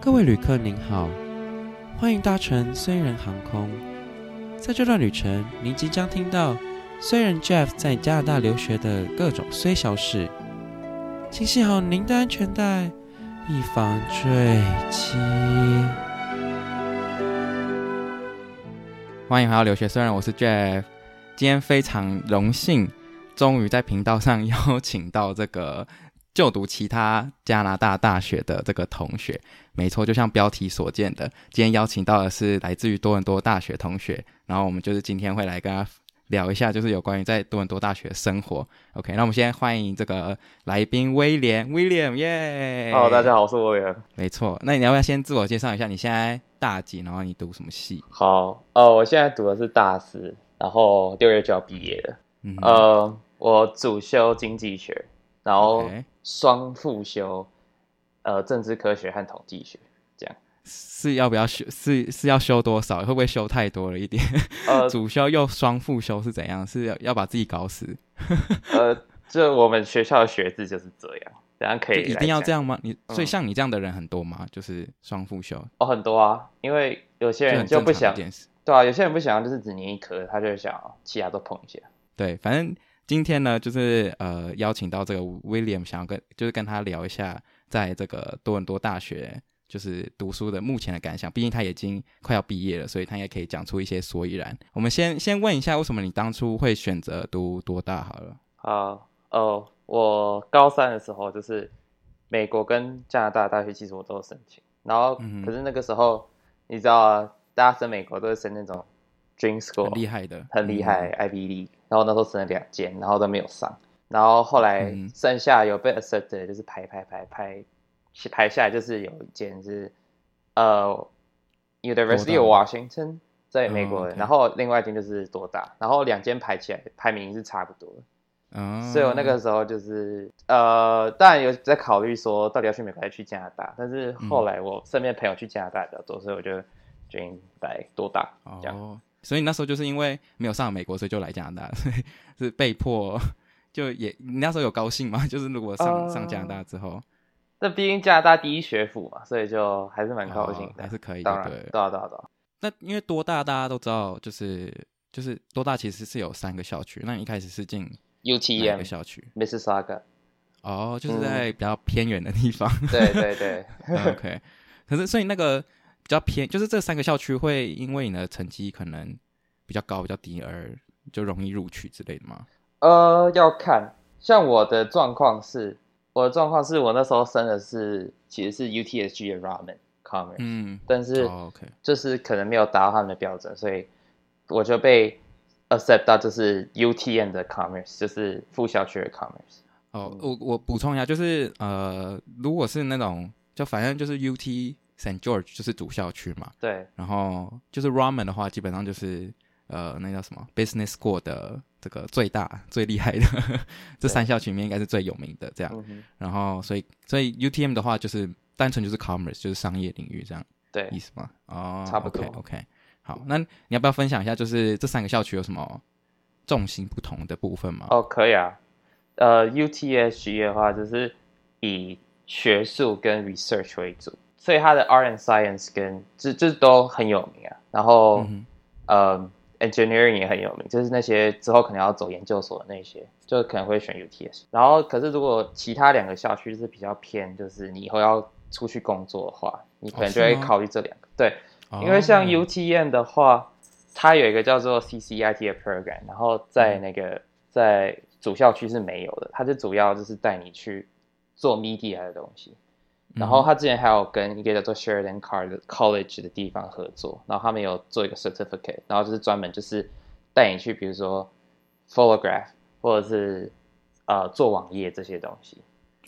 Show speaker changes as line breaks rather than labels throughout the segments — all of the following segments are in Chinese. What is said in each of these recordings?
各位旅客您好，欢迎搭乘虽然航空。在这段旅程，您即将听到虽然 Jeff 在加拿大留学的各种虽小事。请系好您的安全带，以防坠机。
欢迎回到留学，虽然我是 Jeff，今天非常荣幸，终于在频道上邀请到这个就读其他加拿大大学的这个同学。没错，就像标题所见的，今天邀请到的是来自于多伦多大学同学，然后我们就是今天会来跟他聊一下，就是有关于在多伦多大学生活。OK，那我们先欢迎这个来宾威廉，William，耶
Hello，大家好，我是威廉。
没错，那你要不要先自我介绍一下？你现在大几？然后你读什么系？
好，呃，我现在读的是大四，然后六月就要毕业了。
嗯哼
呃，我主修经济学，然后
OK
双副修呃政治科学和统计学。
是要不要修？是是要修多少？会不会修太多了一点？
呃
主修又双副修是怎样？是要要把自己搞死？
呃，这我们学校的学制就是这样，等下可
就
以
一
来
定要
讲
这样吗？你所以
嗯
像你这样的人很多吗？就是双副修，
哦，很多啊，因为有些
就
人
很
就
正
不
常的
想
一，件事。
对啊，有些人不想要就是只念一科，他就想其他都碰一下。
对，反正今天呢，就是呃邀请到这个 William，想要跟就是跟他聊一下，在这个多伦多大学就是读书的目前的感想。毕竟他已经快要毕业了，所以他也可以讲出一些所以然。我们先先问一下，为什么你当初会选择读多大好了？
啊，哦，我高三的时候就是美国跟加拿大大学，其实我都有申请。然后
嗯哼
可是那个时候，你知道啊，大家升美国都会升那种 dream
很
school，
厉害的，
很厉
嗯
害 IB League。然后那时候升了两间，然后都没有上。然后后来
嗯
剩下有被 accepted，就是排排排排排下来，就是有一间是呃 University of
多
Washington 在美国
哦
的，
，OK
然后另外一间就是多大，然后两间排起来排名是差不多的。
嗯
所以我那个时候就是呃，当然有在考虑说到底要去美国还是去加拿大，但是后来我身边的朋友去加拿大比较多，所以我就决定来多大这样。
哦，所以你那时候就是因为没有上美国，所以就来加拿大， 所以是被迫就也你那时候有高兴吗？ 就是如果上、
呃
上加拿大之后，
那毕竟加拿大第一学府嘛，所以就还是蛮高兴
哦
的，
还是可以就
当然，
对
对
了
啊对啊对啊。
那因为多大大家都知道，就是就是多大其实是有三个校区，那你一开始是进哪一个
UTM
校区？
Mississauga，
哦，就是
嗯
在比较偏远的地 方。
对对对，
OK，可是所以那个比较偏，就是这三个校区会因为你的成绩可能比较高、比较低而就容易录取之类的吗？
呃，要看，像我的状况是，我的状况是我那时候升的是其实是 UTSG 的 Ramen Commerce，
嗯，
但是
哦，OK
就是可能没有达到他们的标准，所以我就被 accept 到就是 UTM 的 commerce，就是副校区的 commerce。
哦
嗯，
我我补充一下，就是呃，如果是那种就反正就是 UT St George 就是主校区嘛，
对，
然后就是 Ramen 的话，基本上就是呃那叫什么 Business School 的这个最大最厉害的 这三校区里面应该是最有名的这样。
嗯哼，
然后所以所以 UTM 的话就是单纯就是 Commerce 就是商业领域这样
对
意，思吗？哦，
差不多
OK OK，好，那你要不要分享一下就是这三个校区有什么重心不同的部分吗？
哦，可以啊。呃，UTSG 的话就是以学术跟 research 为主，所以它的 Art and Science 跟这这都很有名啊。然后
嗯，哼
呃，engineering 也很有名，就是那些之后可能要走研究所的那些，就可能会选 UTS。然后，可是如果其他两个校区就是比较偏，就是你以后要出去工作的话，你可能就会
哦是吗
考虑这两个。对，
哦
因为像 UTM 的话，它有一个叫做 CCIT 的 program，然后在那
嗯
个、在主校区是没有的，它就主要就是带你去做 media 的东西。
嗯
然后他之前还有跟一个叫做 Sheridan Car 的 College 的地方合作，然后他们有做一个 certificate，然后就是专门就是带你去，比如说 photograph 或者是呃做网页这些东西。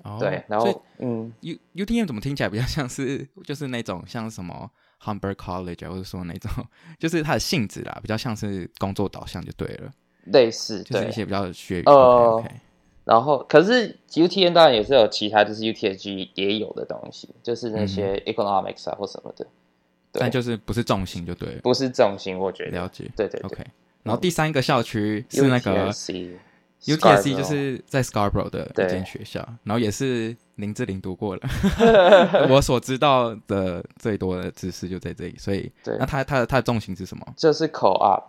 哦
对，然
所以
后嗯，
U U T M 怎么听起来比较像是 就是那种像什么 Humber College 啊，或者说那种 就是它的性质啦，比较像是工作导向就对了，
类似
就是
对
一，些比较学
呃
o k
然后可是 UTN 当然也是有其他，就是 UTSG 也有的东西，就是那些
嗯
economics 啊或什么的，
但
对，
就是不是重心就对了，
不是重心，我觉得。
了解
对对对
，OK。然后第三个校区是那个
UTSC
UTSC
Scarborough
就是在 Scarborough 的
对
一间学校，然后也是林志玲读过了。 我所知道的最多的知识就在这里，所以
对
那它它的它的重心是什么？
这是 co-op，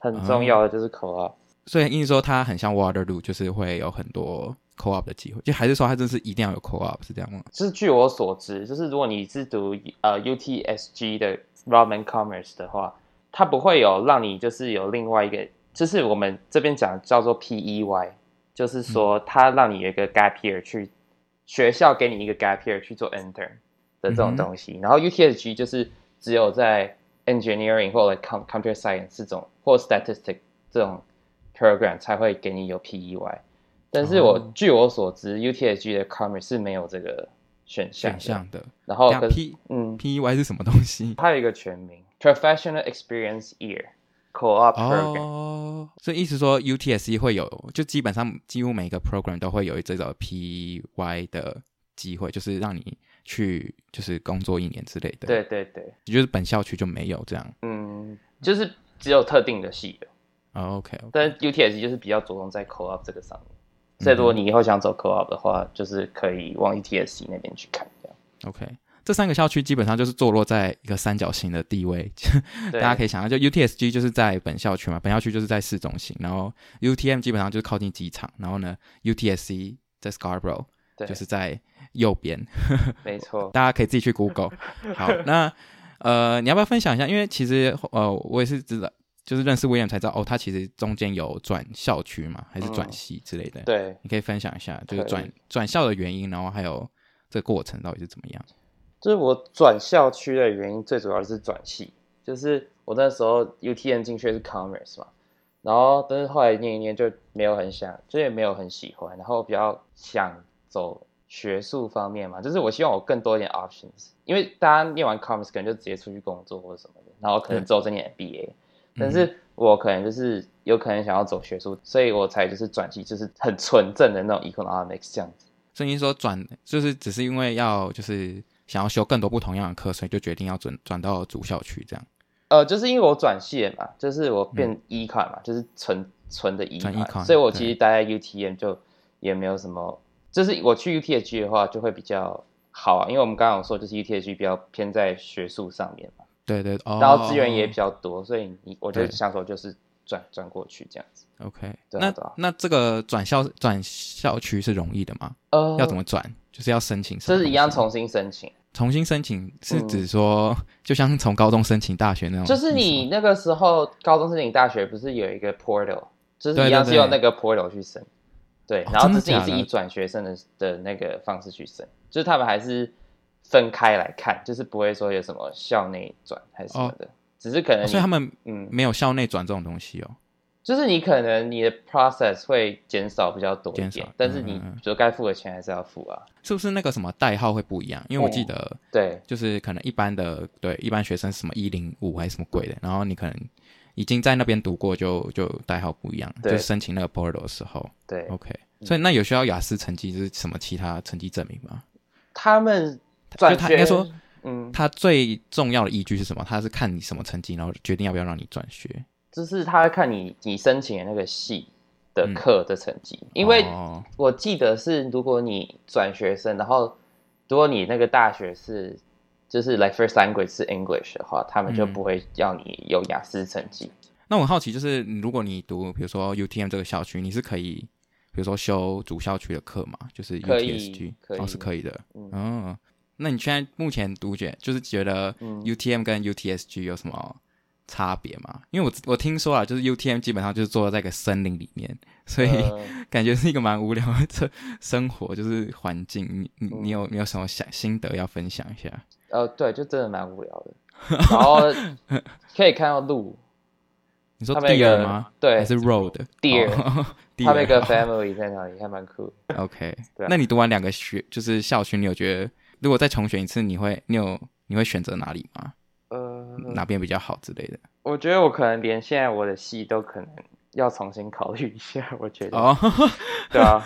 很重要
哦
的就是 co-op。
所以硬说它很像 Waterloo，就是会有很多 co-op 的机会，就还是说它真是一定要有 co-op 是这样吗？
就是据我所知，就是如果你是读呃 UTSG 的 Roman Commerce 的话，它不会有让你就是有另外一个，就是我们这边讲叫做 PEY，就是
嗯
说它让你有一个 gap year 去学校给你一个 gap year 去做 intern 的这
嗯
种东西。然后 UTSG 就是只有在 engineering 或者 com- computer science 这种或 statistic 这种 program 才会给你有 PEY。但是我、
哦
据我所知，UTSG 的 commerce 是没有这个选项
选
的。
项的。
然后
那
可是
P
嗯，
P E Y 是什么东 西？
它有一个全名 Professional Experience Year Co-op Program，、
哦，所以意思说 U T S E 会有，就基本上几乎每个 program 都会有这种 P Y 的机会，就是让你去就是工作一年之类的。
对，对对，
就是本校区就没有这样。
嗯，就是只有特定的系的，
哦、OK，
但 UTS 就是比较着重在 Co-op 这个上面。
嗯
所以如果你以后想走 Co-op 的话，就是可以往 UTS 那边去看这样。
OK，这三个校区基本上就是坐落在一个三角形的地位，
对
大家可以想象，就 UTSG 就是在本校区嘛，本校区就是在市中心，然后 UTM 基本上就是靠近机场，然后呢 UTSC 在 Scarborough
对，
就是在右边，
没错。
大家可以自己去 Google。好， 那呃，你要不要分享一下？因为其实呃，我也是知道，就是认识 William 才知道哦，他其实中间有转校区嘛，还是转
嗯
系之类的。
对，
你可以分享一下，就是
可以
转转校的原因，然后还有这个过程到底是怎么样。
就是我转校区的原因，最主要是转系，就是我那时候 UTN 进去是 Commerce 嘛，然后但是后来念一念就没有很想，就也没有很喜欢，然后比较想走学术方面嘛，就是我希望我更多一点 options，因为大家念完 Commerce 可能就直接出去工作或者什么的，然后可能
对
之后再念 BA，但是我可能就是有可能想要走学术，所以我才就是转系，就是很纯正的那种 economics 这样子。
所以你说转就是只是因为要就是想要修更多不同样的课，所以就决定要转转到主校区这样，
呃，就是因为我转系了嘛，就是我
嗯
变 e 款嘛，就是纯纯的 e
纯 econ，
款，所以我其实待在 UTM 就也没有什么，就是我去 UTHG 的话就会比较好啊，因为我们刚刚有说就是 UTHG 比较偏在学术上面嘛，
对对，哦、
然后资源也比较多，所以你我就
对
想说就是转转过去这样子。
OK
对啊
那
对啊
那这个转校转校区是容易的吗？
呃，
要怎？么转？就是要申请什么东西，
就是一样重新申请，
重新申请，是
嗯
指说、就像从高中申请大学那种意思
就
吗，
是你那个时候高中申请大学不是有一个 portal，就是
对
一样
对
是用
对
那个 portal 去申，对，
哦
然后
真的
自己
假
是
的
以转学生的的那个方式去申，就是他们还是分开来看，就是不会说有什么校内转还是什么的，只是可能
哦
你、
所以他们
嗯，
没有校内转这种东西哦。
就是你可能你的 process 会减少比较多一
减
点
少，
但是你
嗯嗯嗯
就该付的钱还是要付啊，
是不是那个什么代号会不一样？因为我记得
对
就是可能一般的对一般学生是什么一零五还是什么鬼的，然后你可能已经在那边读过就，就代号不一样，
对
就申请那个 portal 的时候
对，
，OK。所以那有需要雅思成绩就是什么其他成绩证明吗？
他们转
他
学
应该说
嗯，
它最重要的依据是什么？它是看你什么成绩，然后决定要不要让你转学。
就是他会看你你申请的那个系的
嗯
课的成绩，因为
哦
我记得是，如果你转学生，然后如果你那个大学是就是 like first language 是 English 的话，他们就
嗯
不会要你有雅思成绩。
那我很好奇，就是如果你读比如说 UTM 这个校区，你是可以比如说修主校区的课吗？就是
可以
UTSG，
可以
哦是可以的。
嗯
嗯，那你现在目前读觉就是觉得
嗯
UTM 跟 UTSG 有什么差别吗？因为我我听说啊，就是 UTM 基本上就是坐在一个森林里面，所以、
呃
感觉是一个蛮无聊的这生活，就是环境。你你
嗯
你有你有什么想心得要分享一下？
呃，对，就真的蛮无聊的。然后可以看到鹿，
你说
他们有一
deer
个
吗？
对
还是 road
Deer
哦 deer
他们有个
哦
family 在那里，还蛮酷的。
OK，
对啊
那你读完两个学就是校区，你有觉得如果再重选一次，你会你有你会选择哪里吗？
呃，
哪边比较好之类的？
我觉得我可能连现在我的系都可能要重新考虑一下。我觉得，
哦、
对啊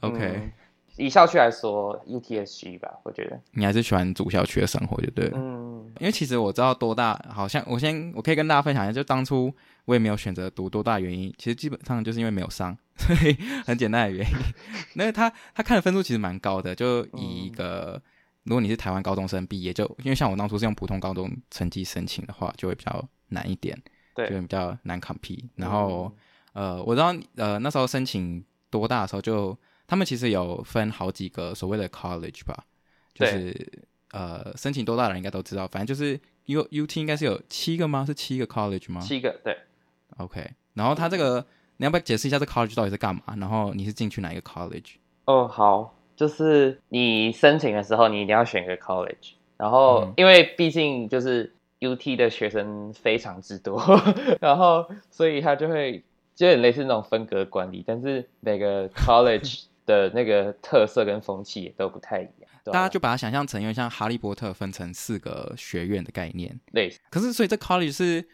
OK
嗯以校区来说，UTSG，E 吧，我觉得，
你还是喜欢主校区的生活，就对了。
嗯，
因为其实我知道多大，好像我先我可以跟大家分享一下，就当初我也没有选择读多大的原因，其实基本上就是因为没有上，所以很简单的原因。 那他他看的分数其实蛮高的，就以一个、如果你是台湾高中生毕业，就因为像我当初是用普通高中成绩申请的话，就会比较难一点，
对
就会比较难 compete。然后、呃，我知道呃那时候申请多大的时候就他们其实有分好几个所谓的 college 吧，就是呃申请多大的人应该都知道，反正就是 U U T 应该是有七个吗？是七个 college 吗
七个对，
？OK，然后他这个你要不要解释一下这 college 到底是干嘛？然后你是进去哪一个 college？
哦，好，就是你申请的时候，你一定要选一个 college，然后、
嗯
因为毕竟就是 UT 的学生非常之多， 然后所以他就会就很类似那种分隔管理，但是 每个 college 的那个特色跟风气也都不太一样，对
大
啊
家就把它想象成，因为像哈利波特分成四个学院的概念。
类似，
可是，所以这 college 是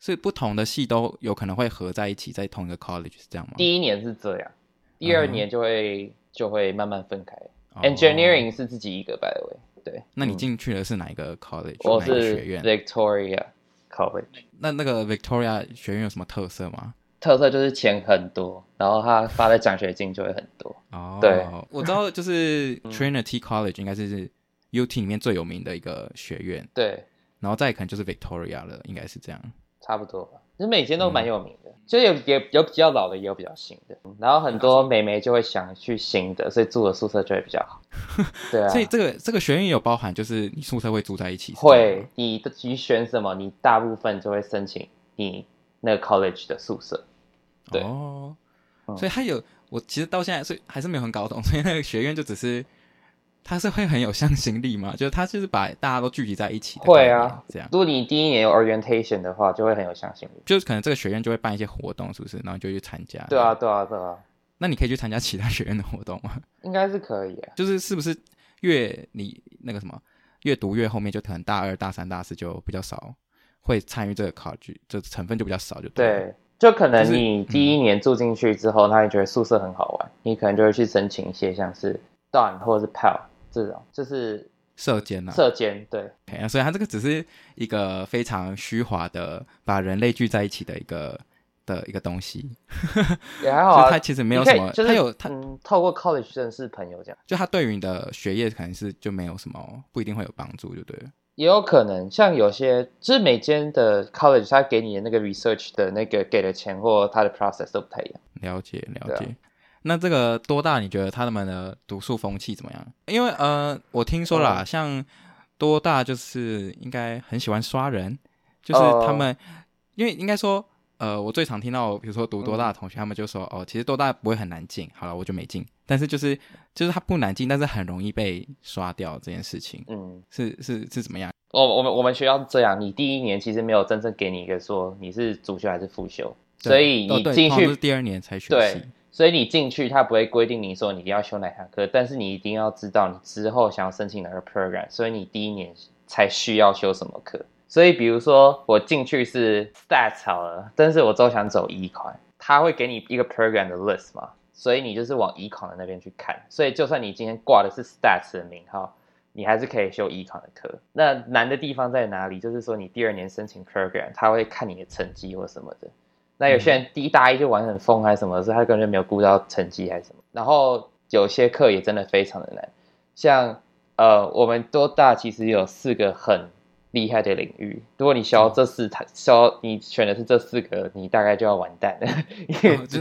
是不同的系都有可能会合在一起，在同一个 college 是这样吗？
第一年是这样，第二
嗯
年就会、就会慢慢分开。
哦
Engineering 是自己一个，by the way，对，
那你
嗯
进去的是哪一个 college？、
我
哪一个
是
学院？
Victoria College。
那那个 Victoria 学院有什么特色吗？
特色就是钱很多，然后他发的奖学金就会很多。
哦，
对，嗯
我知道，就是 Trinity College 应该是 UT 里面最有名的一个学院，
对，
然后再可能就是 Victoria 了，应该是这样。
差不多吧。就每间都蛮有名的，就有也有比较老的，也有比较新的。然后很多美眉就会想去新的，所以住的宿舍就会比较好。 对啊，
所以这个这个学院有包含，就是你宿舍会住在一起，是这样吗
会你的你选什么，你大部分就会申请你那个 college 的宿舍。对
哦，
嗯
所以他有我其实到现在，所以还是没有很搞懂，所 以那个学院就只是。他是会很有向心力嘛？就是他就是把大家都聚集在一起的概
会
念，
啊
这样
如果你第一年有 orientation 的话，就会很有向心力。
就是可能这个学院就会办一些活动，是不是？然后你就去参加。
对啊，，对啊，对啊，
那你可以去参加其他学院的活动吗？
应该是可以啊。
就是是不是越你那个什么越读越后面，就可能大二、大三、大四就比较少会参与这个考据，就成分就比较少就了。
对，就可能
就是嗯
你第一年住进去之后，那你觉得宿舍很好玩，你可能就会去申请一些像是 Don 或者是 Pal 这种，就是
射箭啊
社间，对
o k 所以它这个只是一个非常虚华的把人类聚在一起的一个的一个东西，
也还好
就
啊。
是它其实没有
你可
什
以
么，
就是
它有它
嗯，透过 college 认识朋友这样，
就它对于你的学业可能是就没有什么不一定会有帮助，就对了。
也有可能像有些就是每间的 college 它给你的那个 research 的那个给的钱或它的 process 都不太一样。
了解了
对啊
解。那这个多大？你觉得他们的读书风气怎么样？因为呃，我听说
嗯
啦，像多大就是应该很喜欢刷人，
哦
就是他们，因为应该说，呃，我最常听到，比如说读多大的同学，他们就
嗯
说，哦，其实多大不会很难进，好了，我就没进。但是就是就是他不难进，但是很容易被刷掉这件事情，
嗯，
是是是怎么样？
我我们我们学校是这样，你第一年其实没有真正给你一个说你是主修还是副修，所以
哦
你
对
进
通常都
去
是第二年才学
对
习，
所以你进去，他不会规定你说你一定要修哪堂课，但是你一定要知道你之后想要申请哪个 program，所以你第一年才需要修什么课。所以比如说我进去是 stats 好了，但是我之后想走 econ，他会给你一个 program 的 list 嘛，所以你就是往 econ 的那边去看。所以就算你今天挂的是 stats 的名号，你还是可以修 econ 的课。那难的地方在哪里？就是说你第二年申请 program，他会看你的成绩或什么的。那有些人第一大一就玩得很疯啊还是什么，所以他根本就没有顾到成绩还是什么。然后有些课也真的非常的难，像呃，我们多大其实有四个很厉害的领域，如果你修这四堂，修你选的是这四个，你大概就要完蛋了， 因为
哦就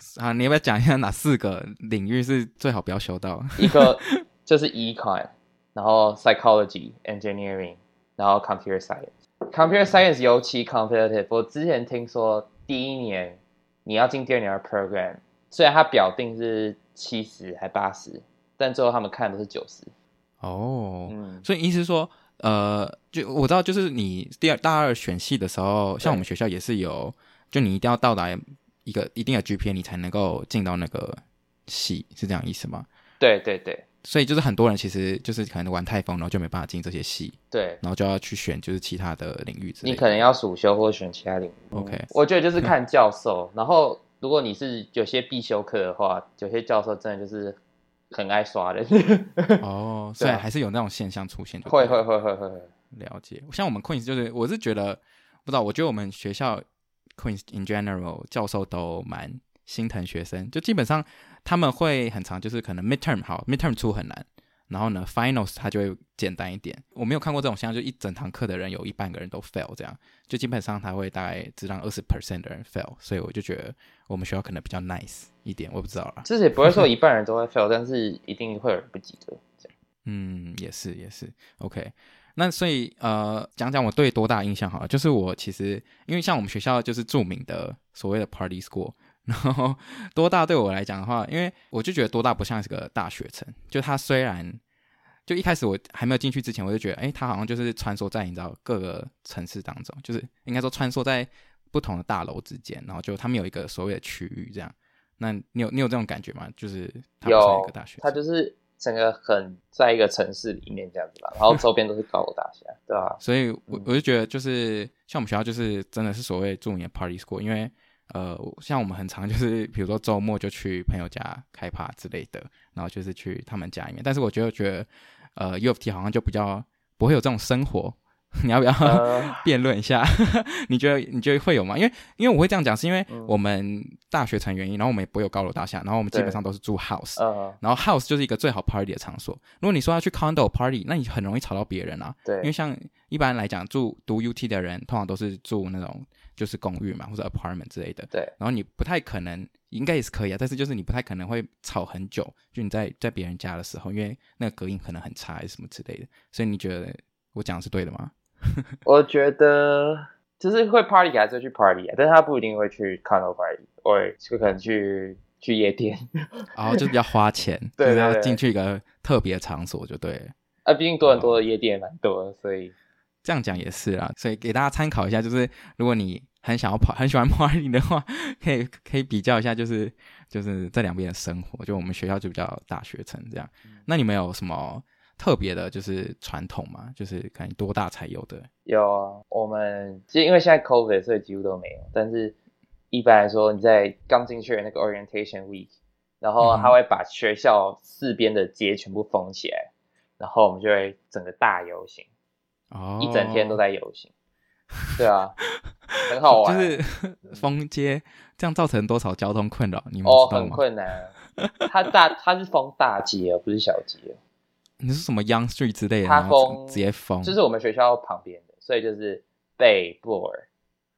是啊，你要不要讲一下哪四个领域是最好不要修到？
一个就是 econ，然后 psychology、engineering，然后 computer science。computer science 尤其 competitive。我之前听说第一年你要进第二年的 program，虽然它表定是七十还八十，但最后他们看的都是九十。
哦，
嗯，
所以意思是说，呃，就我知道，就是你第二大二选系的时候，像我们学校也是有，就你一定要到达一个一定的 GPA，你才能够进到那个系，是这样意思吗？
对对对
所以就是很多人其实就是可能玩太疯，然后就没办法进这些系，
对，
然后就要去选就是其他的领域之类
你
的。
可能要暑修或选其他领域。
OK
我觉得就是看教授，然后如果你是有些必修课的话，有些教授真的就是很爱刷人。
哦，虽
对
哦
啊
然还是有那种现象出现就对
会
了，
会会会会会，
了解。像我们 Queens 就是，我是觉得不知道，我觉得我们学校 Queens in general 教授都蛮心疼学生，就基本上他们会很长，就是可能 midterm 好，midterm 出很难，然后呢 finals 它就会简单一点。我没有看过这种现象，就一整堂课的人有一半个人都 fail 这样，就基本上他会大概只让二十 percent 的人 fail，所以我就觉得我们学校可能比较 nice 一点，我不知道啦。
就是也不会说一半人都会 fail，但是一定会有人不及格。这样
嗯，也是也是，OK。那所以呃，讲讲我对多大印象好了，就是我其实因为像我们学校就是著名的所谓的 party school，然 后多大对我来讲的话，因为我就觉得多大不像是个大学城，就它虽然就一开始我还没有进去之前，我就觉得哎，它好像就是穿梭在你知道各个城市当中，就是应该说穿梭在不同的大楼之间，然后就他们有一个所谓的区域这样。那你有你有这种感觉吗？就是它不像一个大学城，
它就是整个很在一个城市里面这样 子吧，然后周边都是高楼大厦，对吧、
所以我
嗯
我就觉得，就是像我们学校，就是真的是所谓著名的 party school，因为呃，像我们很常就是， 比如说周末就去朋友家开趴之类的，然后就是去他们家里面。但是我觉得，觉得呃，U of T 好像就比较不会有这种生活。 你要不要、
呃
辩论一下？ 你觉得你觉得会有吗？因为因为我会这样讲，是因为
嗯
我们大学城原因，然后我们也不会有高楼大厦，然后我们基本上都是住 house，
嗯，
然后 house 就是一个最好 party 的场所。如果你说要去 condo party，那你很容易吵到别人啊。
对，
因为像一般来讲，住读 UT 的人通常都是住那种就是公寓嘛，或者 apartment 之类的。
对
然后你不太可能，应该也是可以啊，但是就是你不太可能会吵很久，就你在在别人家的时候，因为那个隔音可能很差，还是什么之类的。所以你觉得我讲的是对的吗？
我觉得就是会 party 还是会去 party 啊，但是他不一定会去 condo party，或者就可能去去夜店
然哦后就比较花钱，
对
就是
对
要
对
进去一个特别场所就对了。
啊，毕竟多伦多的夜店也蛮多的，所以
这样讲也是啦，所以给大家参考一下，就是如果你很想要跑、 很喜欢 party 的话， 可以可以比较一下，就是就是这两边的生活。就我们学校就比较大学城这样。
嗯
那你们有什么特别的，就是传统吗？就是看你多大才有的？
有啊，我们其实因为现在 COVID，所以几乎都没有。但是一般来说，你在刚进去的那个 orientation week，然后
嗯
他会把学校四边的街全部封起来，然后我们就会整个大游行，
哦，
一整天都在游行。对 啊，很好玩啊，
就是 封街，这样造成多少交通困扰？你们
哦，
知道
很
吗？
困难啊。它大它是封大街哦，不是小街哦，
你是什么 Young Street 之类的，
它
然后
封
直直接封，
就是我们学校旁边的，所以就是贝布尔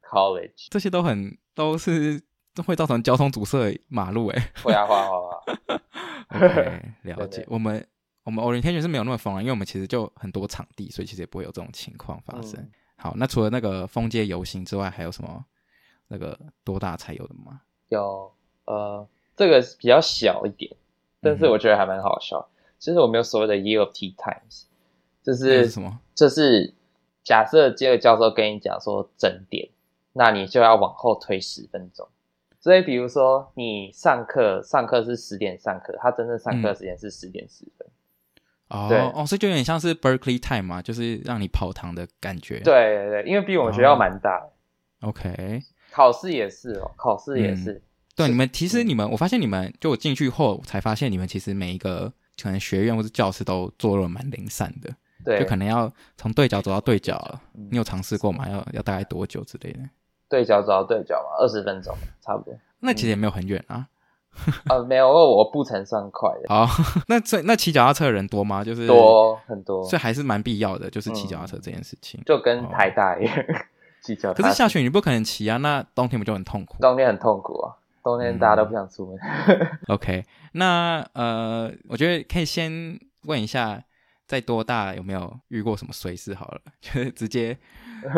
College
这些都很都是都会造成交通阻塞的马路哎、
会啊，花花花，
OK，了
对
解
对。
我们我们 orientation 是没有那么疯啊，因为我们其实就很多场地，所以其实也不会有这种情况发生。
嗯
好，那除了那个封街游行之外，还有什么那个多大才有的吗？
有呃，这个比较小一点，但是
嗯
我觉得还蛮好笑。就是我们有所谓的 Year of Tea Times，
那
就
个
是
是什么？
就是假设这个教授跟你讲说整点，那你就要往后推十分钟。所以比如说你上课上课是十点上课，他真正上
嗯
课的时间是十点十分。
哦
对
哦，所以就有点像是 Berkeley time 嘛，就是让你跑堂的感觉。
对对对，因为比我们
哦
学校蛮大的，
，OK，
考试也是哦，考试也是。
对，
是
你们其实
嗯
你们，我发现你们就我进去后才发现，你们其实每一个可能学院或者教室都坐落得蛮零散的，
对，
就可能要从对角走到对角。
嗯
你有尝试过吗？要要大概多久之类的？
对角找对角嘛，二十分钟差不多。
那其实也没有很远啊。
呃，没有，因为我步程算快的，
哦，那这那骑脚踏车的人多吗？就是，
多嗯很多，
所以还是蛮必要的，就是骑脚踏车这件事情。
就跟台大一样， 计较。
哦可是下雪你不可能骑啊，那冬天不就很痛苦
冬天很痛苦啊，冬天大家都不想出门。
嗯？OK，那呃，我觉得可以先问一下，在多大有没有遇过什么衰事？好了， 就是直 接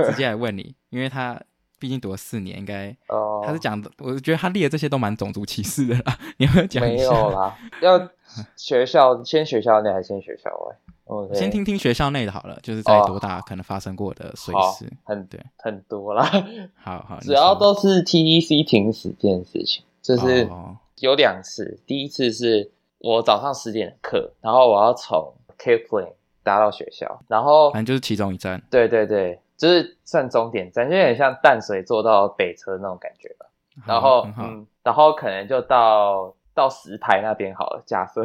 直接来问你，因为他毕竟读了四年，应该
哦，
他是讲的，我觉得他列的这些都蛮种族歧视的啦。 你要不要讲一
没
下？
有啦，要学校先学校内还是先学校外？哦我
先听听学校内的好了，就是在
哦
多大可能发生过的衰
好
事。，
很
对
很多啦，
好好，你
主要
说
都是 TEC 停驶这件事情，就是
哦
有两次，第一次是我早上十点的课，然后我要从 Kipling 搭到学校，然后
反正就是其中一站。
对对对，就是算终点站，就有点像淡水坐到北车那种感觉吧。然
好
后
很，好，
嗯，然后可能就到到石牌那边 好了，假设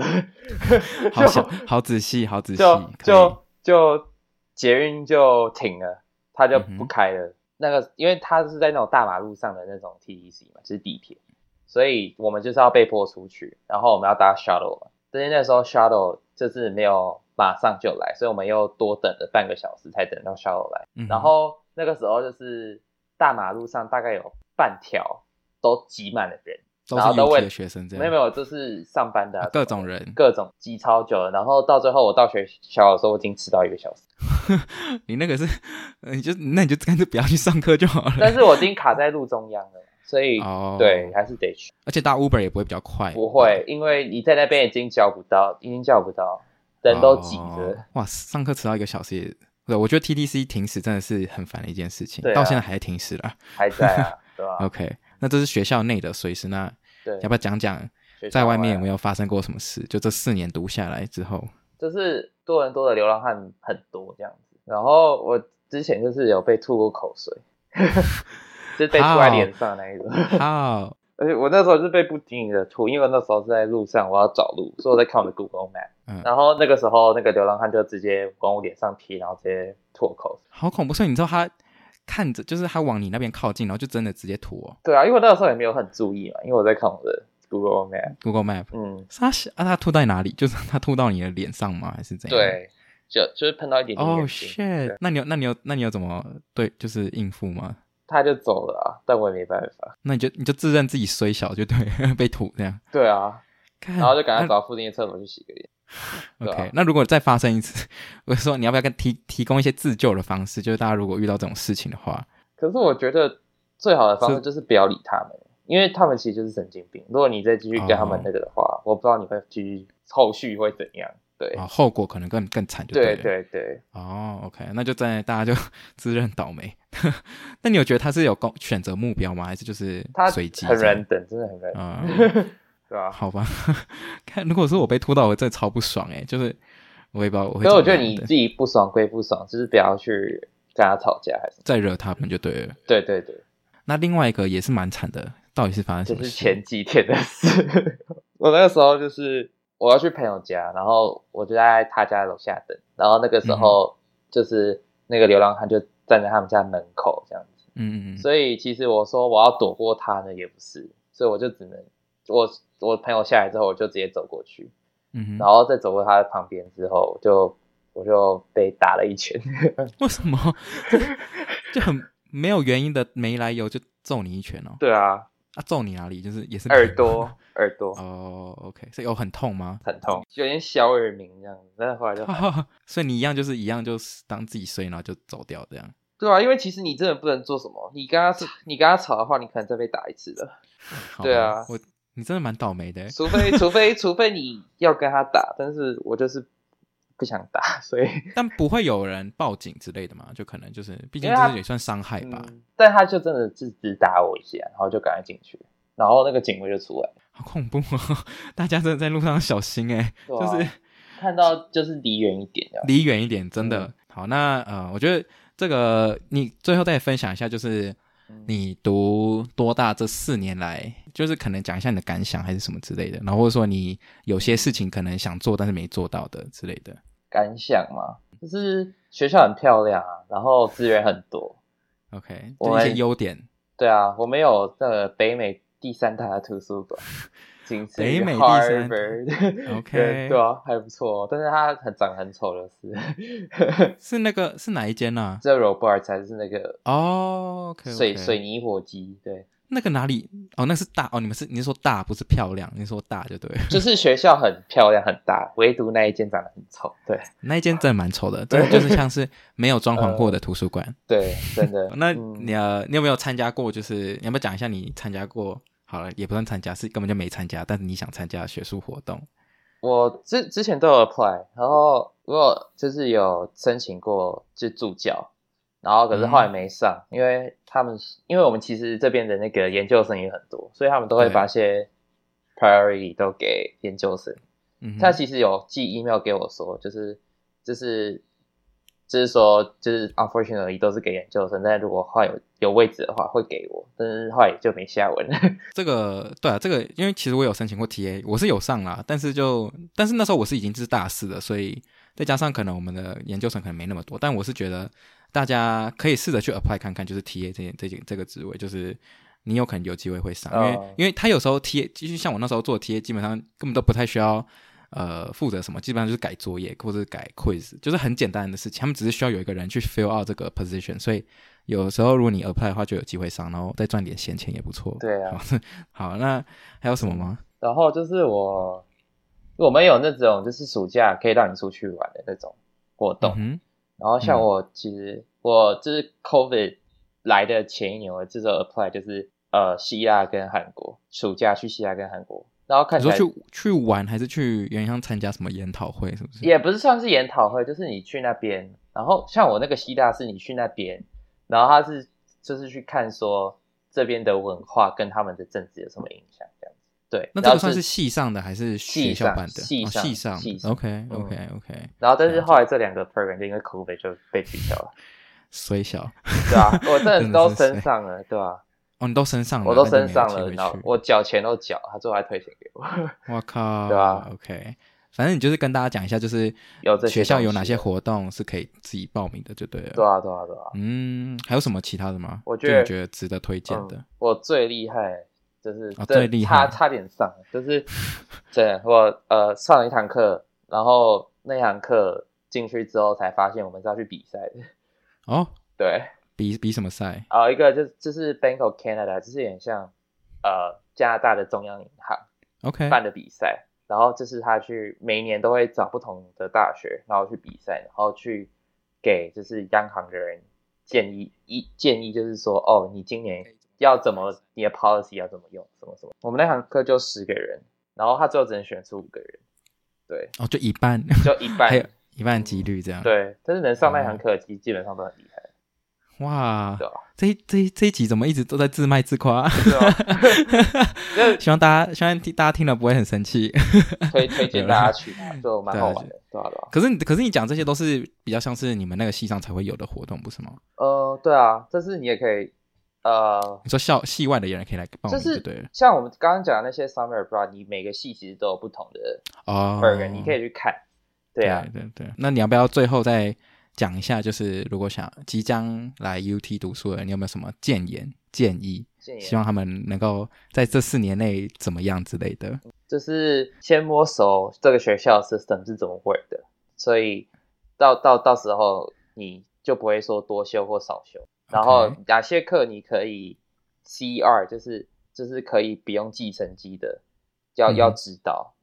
好
就
小，好仔细，好仔细，
就
可以
就就捷运就停了，它就
嗯
不
哼
开了。那个，因为它是在那种大马路上的那种 TEC 嘛，就是地铁，所以我们就是要被迫出去，然后我们要搭 shuttle 嘛。但是那时候 shuttle 就是没有马上就来，所以我们又多等了半个小时才等到 shuttle 来。
嗯哼
然后那个时候就是大马路上大概有半条都挤满了人，
都
然
是
后
UT
都会
的学生这样，
没有没有，就是上班的啊、
啊各种人，
各种挤超久了，然后到最后我到学校的时候，我已经迟到一个小 时，
你那个是，你就那你就干脆不要去上课就好了。
但是我已经卡在路中央了，所以、
哦，
对，，还是得去。
而且搭 Uber 也不会比较快，
不会，因为你在那边已经叫不到，已经叫不到，人都挤着。
哦哇，上课迟到一个小时也，对我觉得 TTC 停驶真的是很烦的一件事情，
对啊
到现在还在停驶了。
还在啊，对吧、
OK，那这是学校内的随时，那
对，
哦要不要讲讲
学校
在外面有没有发生过什么事？就这四年读下来之 后，
就是多伦多的流浪汉很多这样子。然后我之前就是有被吐过口水， 就是被吐在脸上那一种。
好，
而且我那时候是被不经意的吐，因为我那时候是在路上，我要找路，所以我在看我的 Google Map。
嗯
然后那个时候，那个流浪汉就直接往我脸上贴，然后直接吐我口水。
好恐怖！所以你知道他看着，就是他往你那边靠近，然后就真的直接吐哦。
对啊，因为我那个时候也没有很注意嘛，因为我在看我的 Google Map。
Google Map，
嗯，
他是啊，他吐在哪里？就是他吐到你的脸上吗？还是怎样？。
对，就就是碰到一点点
哦、
眼睛
shit！
对
那你有那你有那你有怎么对就是应付吗？
他就走了啊，但我也没办法。
那你就你就自认自己虽小就对了， 被吐这样。
对啊，
然
然后就赶
嗯
快找附近的厕所去洗个脸。对
OK，
啊
那如果再发生一次， 我说你要不要跟提提供一些自救的方式？就是大家如果遇到这种事情的话，
可是我觉得最好的方式
是
就是不要理他们，因为他们其实就是神经病。如果你再继续跟他们
哦
那个的话，我不知道你会继续后续会怎样。对，
啊、后果可能更更惨就
对
了。
对对，
哦，OK，那就真的大家就自认倒霉。 那你有觉得他是有公选择目标吗？还是就是
他
随机？
很人。等，真的很人等，
啊、
对吧、
好吧。 看，如果说我被拖到，我真的超不爽哎、就是我也不知道我会怎
所以
么
我
样的。
觉得你自己不爽归不爽，就是不要去跟他吵架，还是
再惹他们就对了。
对对对，
那另外一个也是蛮惨的，到底是发生
这
什么
是
事？
前几天的事。我那个时候就是我要去朋友家，然后我就在他家楼下等，然后那个时候就是那个流浪汉就站在他们家门口这样子。
嗯嗯嗯，
所以其实我说我要躲过他呢，也不是，所以我就只能我我朋友下来之后，我就直接走过去，
嗯
然
哼，
后再走过他的旁边之后，我就我就被打了一拳。
为什么就很没有原因的没来由就揍你一拳哦？
对啊，
啊，揍你哪里？就是也是
耳 朵耳朵
哦，OK，所以有很痛 吗？
很痛，有点小耳鸣这样子，但是 后来就好。
所以你一样就是一样就是当自己睡，然后就走掉这样。
对啊，因为其实你真的不能做什么，你跟他吵，你跟他吵的话，你可能再被打一次的，
好吧
对啊
我你真的蛮倒霉的。
除非除非除非你要跟他打，但是我就是不想打，所以
但不会有人报警之类的嘛？就可能就是，毕竟
因为他
这也算伤害吧。
啊嗯，但他就真的是只打我一下，然后就赶快进去，然后那个警卫就出来，
好恐怖哦！ 大家真的在路上要小心哎、
对
就
啊
是
看到就是离远一点这样
离远一点，真的。
嗯
好，那呃，我觉得这个你最后再分享一下，就是
嗯
你读多大这四年来，就是可能讲一下你的感想还是什么之类的，然后或者说你有些事情可能想做但是没做到的之类的。
感想嘛，就是学校很漂亮啊，然后资源很多，
OK，
我
就一些
还
优点。
对啊，我们有那个北美第三大的图书馆，仅次于
北美第三
Harvard
OK
对对啊，还不错、哦，但是它很长得很丑，就是。
是那个是哪一间呢、
这 Robert 才是那个
哦，OK，
水水泥火鸡，对，
那个哪里？哦，那是大哦，你们是你是说大不是漂亮，你是说大就对了。
就是学校很漂亮很大，唯独那一间长得很丑，对
那一间真的蛮丑的，真的就是像是没有装潢过的图书馆。。
对，真的
那
嗯
你、呃，你有没有参加过？就是你要不要讲一下你参加过？好了，也不算参加，是根本就没参加，但是你想参加的学术活动。
我之之前都有 apply，然后我就是有申请过就助教，然后可是后来没上，因为他们因为我们其实这边的那个研究生也很多，所以他们都会
对
把一些 priority 都给研究生。
嗯哼，
他其实有寄 email 给我说，就是就是就是说就是 unfortunately 都是给研究生，但是如果后来有有位置的话会给我，但是后来也就没下文了。
这个对啊，这个因为其实我有申请过 TA，我是有上啦，但是就但是那时候我是已经是大四了，所以再加上可能我们的研究生可能没那么多，但我是觉得大家可以试着去 apply 看看，就是 TA 这件这件这个职位，就是你有可能有机会会上，因为、
哦
因为他有时候 TA，就是像我那时候做 TA，基本上根本都不太需要呃负责什么，基本上就是改作业或者是改 quiz，就是很简单的事情，他们只是需要有一个人去 fill out 这个 position，所以有时候如果你 apply 的话，就有机会上，然后再赚点闲钱也不错。
对啊，
好， 那还有什么吗？
然后就是我我们有那种就是暑假可以让你出去玩的那种活动，
嗯
然后像
嗯
我其实我就是 COVID 来的前一年，我这时候 apply 就是呃希腊跟韩国，暑假去希腊跟韩国，然后
哼，
看
你
起
说
来
去去玩还是去原乡参加什么研讨会？是不是？
也不是算是研讨会，就是你去那边，然后像我那个希腊是你去那边，然后他是就是去看说这边的文化跟他们的政治有什么影响这样子。对，
那
然
这
后
个算是系上的还是学校办的？
系
哦
上
系
系
上
上系上嗯
OK OK OK，
然后但是后来这两个 program 就因为 COVID 就被取消了，
虽小
对啊，我真的都
真的是
升上了，对啊，
哦，你都升上了，
我都
但就没
升
有
上
机
了，
会
然后
去
我缴钱都缴，他最后还退钱给我。
我靠，
对啊
，OK，反正你就是跟大家讲一下，就是
有这些
学校
东
有哪
西
些
的
活动是可以自己报名的，就对了。
对啊，对啊，对啊。
嗯，还有什么其他的吗？
我
就
觉得
你觉得值得推荐的
嗯，我最厉害就是
哦
这
最厉害
差差点上，就是 真的我呃上了一堂课，然后那堂课进去之后才发现我们是要去比赛的。
哦，
对，
比比什么赛？
啊、一个就就是 Bank of Canada，就是有点像呃加拿大的中央银行
OK，
办的比赛，然后就是他去每一年都会找不同的大学，然后去比赛，然后去给就是央行的人建议一建议，就是说哦，你今年要怎么你的 policy 要怎么用，什么什么。我们那堂课就十个人，然后他最后只能选出五个人，对，
哦，就一半，
就一
还有
半。
一半几率这样。，
对，但是能上那堂课，其实基本上都很厉害，
哇
对，吧、
这一这一这一集怎么一直都在自卖自夸？
对啊吧？就
希望大家希望大家听了不会很生气。
推推荐大家去吧，就蛮好玩的，对啊吧、对吧、
可是你可是你讲这些都是比较像是你们那个系上才会有的活动，不是吗？
呃，对啊，但是你也可以，呃，
你说校系外的人可以来报
就
名
是
对了。
像我们刚刚讲的那些 summer abroad，你每个系其实都有不同的
哦
program，、你可以去看。对啊，
对对对。那你要不要最后再讲一下，就是如果想即将来 UT 读书的人，你有没有什么建言建议？
建
希
议啊
望他们能够在这四年内怎么样之类的。
就是先摸熟这个学校的 system 是怎么 work 的，所以到到到时候你就不会说多修或少修。然后
OK
哪些课你可以 CR，就是就是可以不用记成绩的，要、
嗯
要知道。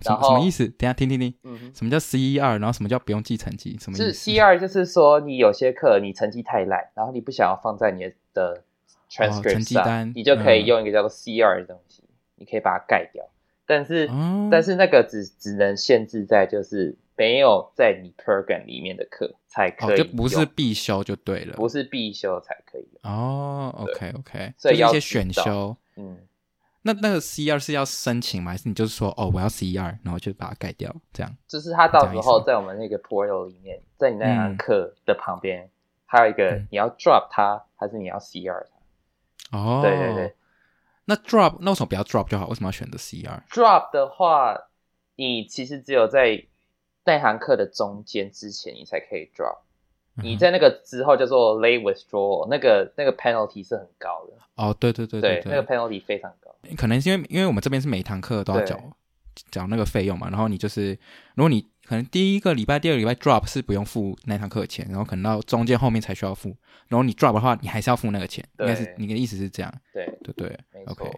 什么
然
什
后
么意思？等一下听听听，
嗯哼，
什么叫 C 一二？然后什么叫不用记成绩？什么意
是
思
C 二，就是说你有些课你成绩太烂，然后你不想要放在你的
哦成
transcript
绩
上，
单
你就可以
嗯
用一个叫做 C 二的东西，你可以把它盖掉。但是，
哦
但是那个只只能限制在就是没有在你 program 里面的课才可
哦，
以
就
用、
不是必修就对了。
不是必修才可以用。
哦，OK OK，
所以
就是一
要
些
知
选
道
修。
嗯，
那那个 C 二是要申请吗？还是你就是说哦，我要 C 二，然后就把它改掉这样？
就是他到
这样
时
意思
候
吗
在我们那个 portal 里面，在你那
嗯
堂课的旁边，还有一个
嗯
你要 drop 它，还是你要 C 二它？
哦，
对对对。
那 drop 那为什么不要 drop 就好？为什么要选择 C 二？
drop 的话，你其实只有在那堂课的中间之前，你才可以 drop。你
嗯
在那个之后叫做 late withdrawal，那个那个 penalty 是很高的，
哦，对对对对，
那个 penalty 非常高。
可能是因为因为我们这边是每一堂课都要
对
缴缴那个费用嘛，然后你就是如果你可能第一个礼拜、第二个礼拜 drop 是不用付那堂课的钱，然后可能到中间后面才需要付，然后你 drop 的话，你还是要付那个钱，应该是
对
你的意思是这样，
对，
对不对
没错
？OK，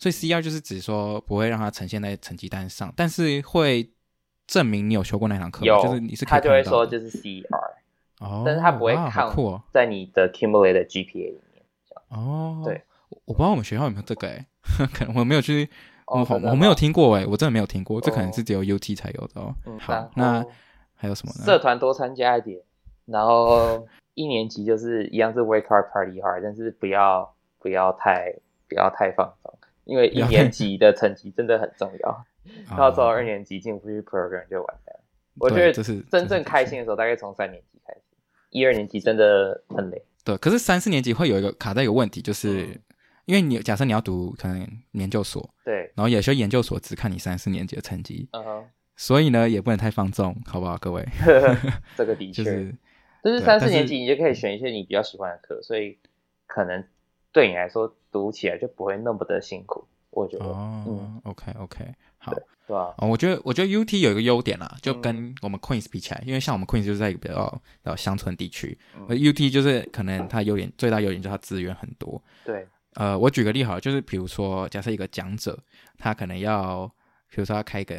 所以 C R 就是指说不会让它呈现在成绩单上，但是会证明你有修过那堂课嘛，
有，
就是你是可以
他就会
看到
说
的
就是 CR，
哦，
但是他不会
哇好
看
酷哦，
在你的 cumulated GPA 里面。
哦，
对
我，我不知道我们学校有没有这个哎、 可能我没有去，
哦
我好
真的
我没有
吗
听过哎、我真的没有听过，这可能
哦
是只有 UT 才有的哦。
嗯然
好
后，
那还有什么
社
呢？
团多参加一点，然后一年级就是一样是 work hard party hard，但是不要不要太不要太放松，因为一
了解
年级的成绩真的很重
啊
要。到时候二
已，
年级进不去 program 就完蛋。我
对
觉得
这是
真正开心的时候大概从三年级开始，一二年级真的很累。
对，可是三四年级会有一个卡在一个问题，就是、
嗯
因为你假设你要读可能研究所，
对，
然后有些研究所只看你三四年级的成绩，
嗯哼，
所以呢，也不能太放纵，好不好，各位？
这个的
就
确，
是
就
对
是
啊但
三四年
是
级你就可以选一些你比较喜欢的课，所以可能对你来说读起来就不会那么的辛苦，我觉得，
哦
嗯
，OK OK，好。
对啊吧、
哦，我觉得我觉得 UT 有一个优点啦，
嗯
就跟我们 Queens 比起来，因为像我们 Queens 就是在一个比较比较乡村地区、
嗯
而 u t 就是可能它优点最大优点就是它资源很多。
对，
呃，我举个例好了，就是比如说假设一个讲者，他可能要，比如说他开一个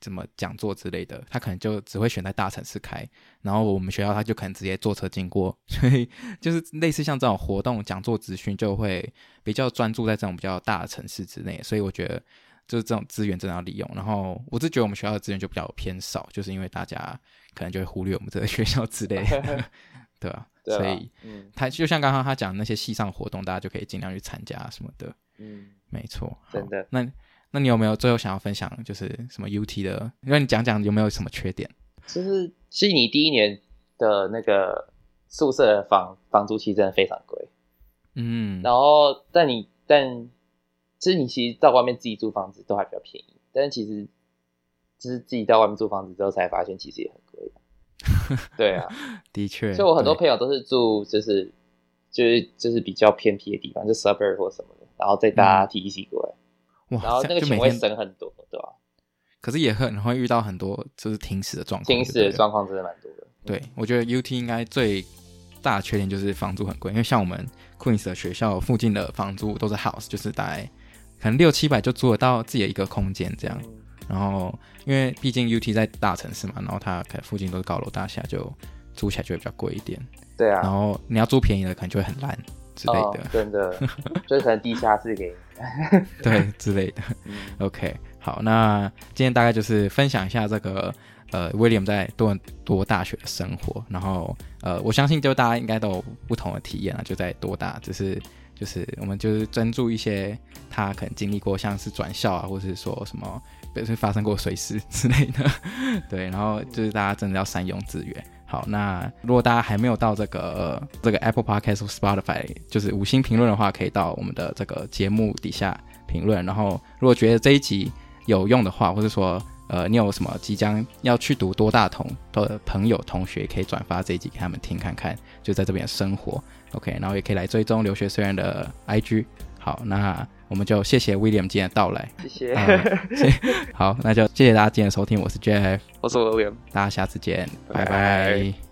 什么讲座之类的，他可能就只会选在大城市开，然后我们学校他就可能直接坐车经过， 所以就是类似像这种活动讲座资讯就会比较专注在这种比较大的城市之内，所以我觉得就是这种资源真的要利用。然后我是觉得我们学校的资源就比较偏少，就是因为大家可能就会忽略我们这个学校之类的，对吧、
对吧
所以。
嗯
他就像刚刚他讲的那些系上活动，大家就可以尽量去参加什么的，
嗯，
没错。好
真的
那那你有没有最后想要分享，就是什么 UT 的？让你讲讲有没有什么缺点？
就是其实你第一年的那个宿舍的房房租其实真的非常贵，
嗯，
然后但你但其实你其实到外面自己租房子都还比较便宜，但是其实就是自己到外面租房子之后才发现其实也很贵。对啊，
的确，
所以我很多
对
朋友都是住就是就是就是比较偏僻的地方，就 suburb 或什么的，然后再搭 TEC 过来，
哇，
然后
这
那
样
个
就
钱
每
会
天，
省很多，对吧、
可是也很会遇到很多就是停驶的状况，
近视的
对不对
状况真的蛮多的。
对，我觉得 UT 应该最大的缺点就是房租很贵，因为像我们 Queens 的学校附近的房租都是 house，就是大概可能六七百就租得到自己的一个空间这样。
嗯，
然后因为毕竟 UT 在大城市嘛，然后它可能附近都是高楼大厦，就租起来就会比较贵一点。
对
然
啊，
后你要租便宜的，可能就会很烂之类
哦
的，，
真的，就是可能地下室给你。
对之类的。
嗯
OK，好，那今天大概就是分享一下这个呃 William 在多伦多大学的生活，然后呃我相信就大家应该都有不同的体验啊，就在多大，只是就是我们就是专注一些他可能经历过像是转校啊，或是说什么，比如说发生过水事之类的， 对，然后就是大家真的要善用资源。好，那如果大家还没有到这个、呃这个 Apple Podcast 或 Spotify 就是五星评论的话，可以到我们的这个节目底下评论。然后，如果觉得这一集有用的话，或者说呃你有什么即将要去读多大同的朋友同学，可以转发这一集给他们听看看，就在这边生活。OK，然后也可以来追踪留学虽然的 IG。好，那我们就谢谢 William 今天的到来。
谢谢，
呃 谢好，那就谢谢大家今天的收听，我是 Jeff，
我是 William。
大家下次见，拜
拜拜
拜